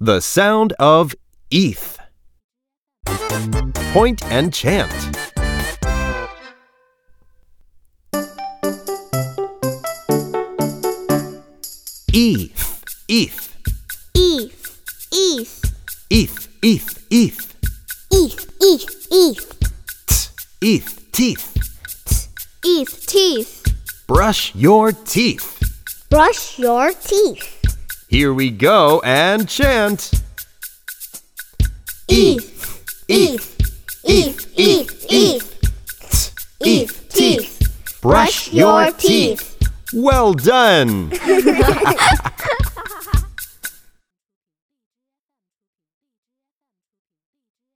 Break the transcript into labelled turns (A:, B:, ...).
A: The sound of ETH. Point and chant. ETH, ETH,
B: ETH, ETH,
A: ETH, ETH, ETH,
B: ETH, ETH,
A: t,
B: ETH,
A: ETH, teeth.
B: ETH teeth.
A: Brush your teeth.
B: Brush your teeth.
A: Here we go and chant.
B: ETH, ETH, ETH, ETH, ETH teeth.
A: Brush your teeth. Well done.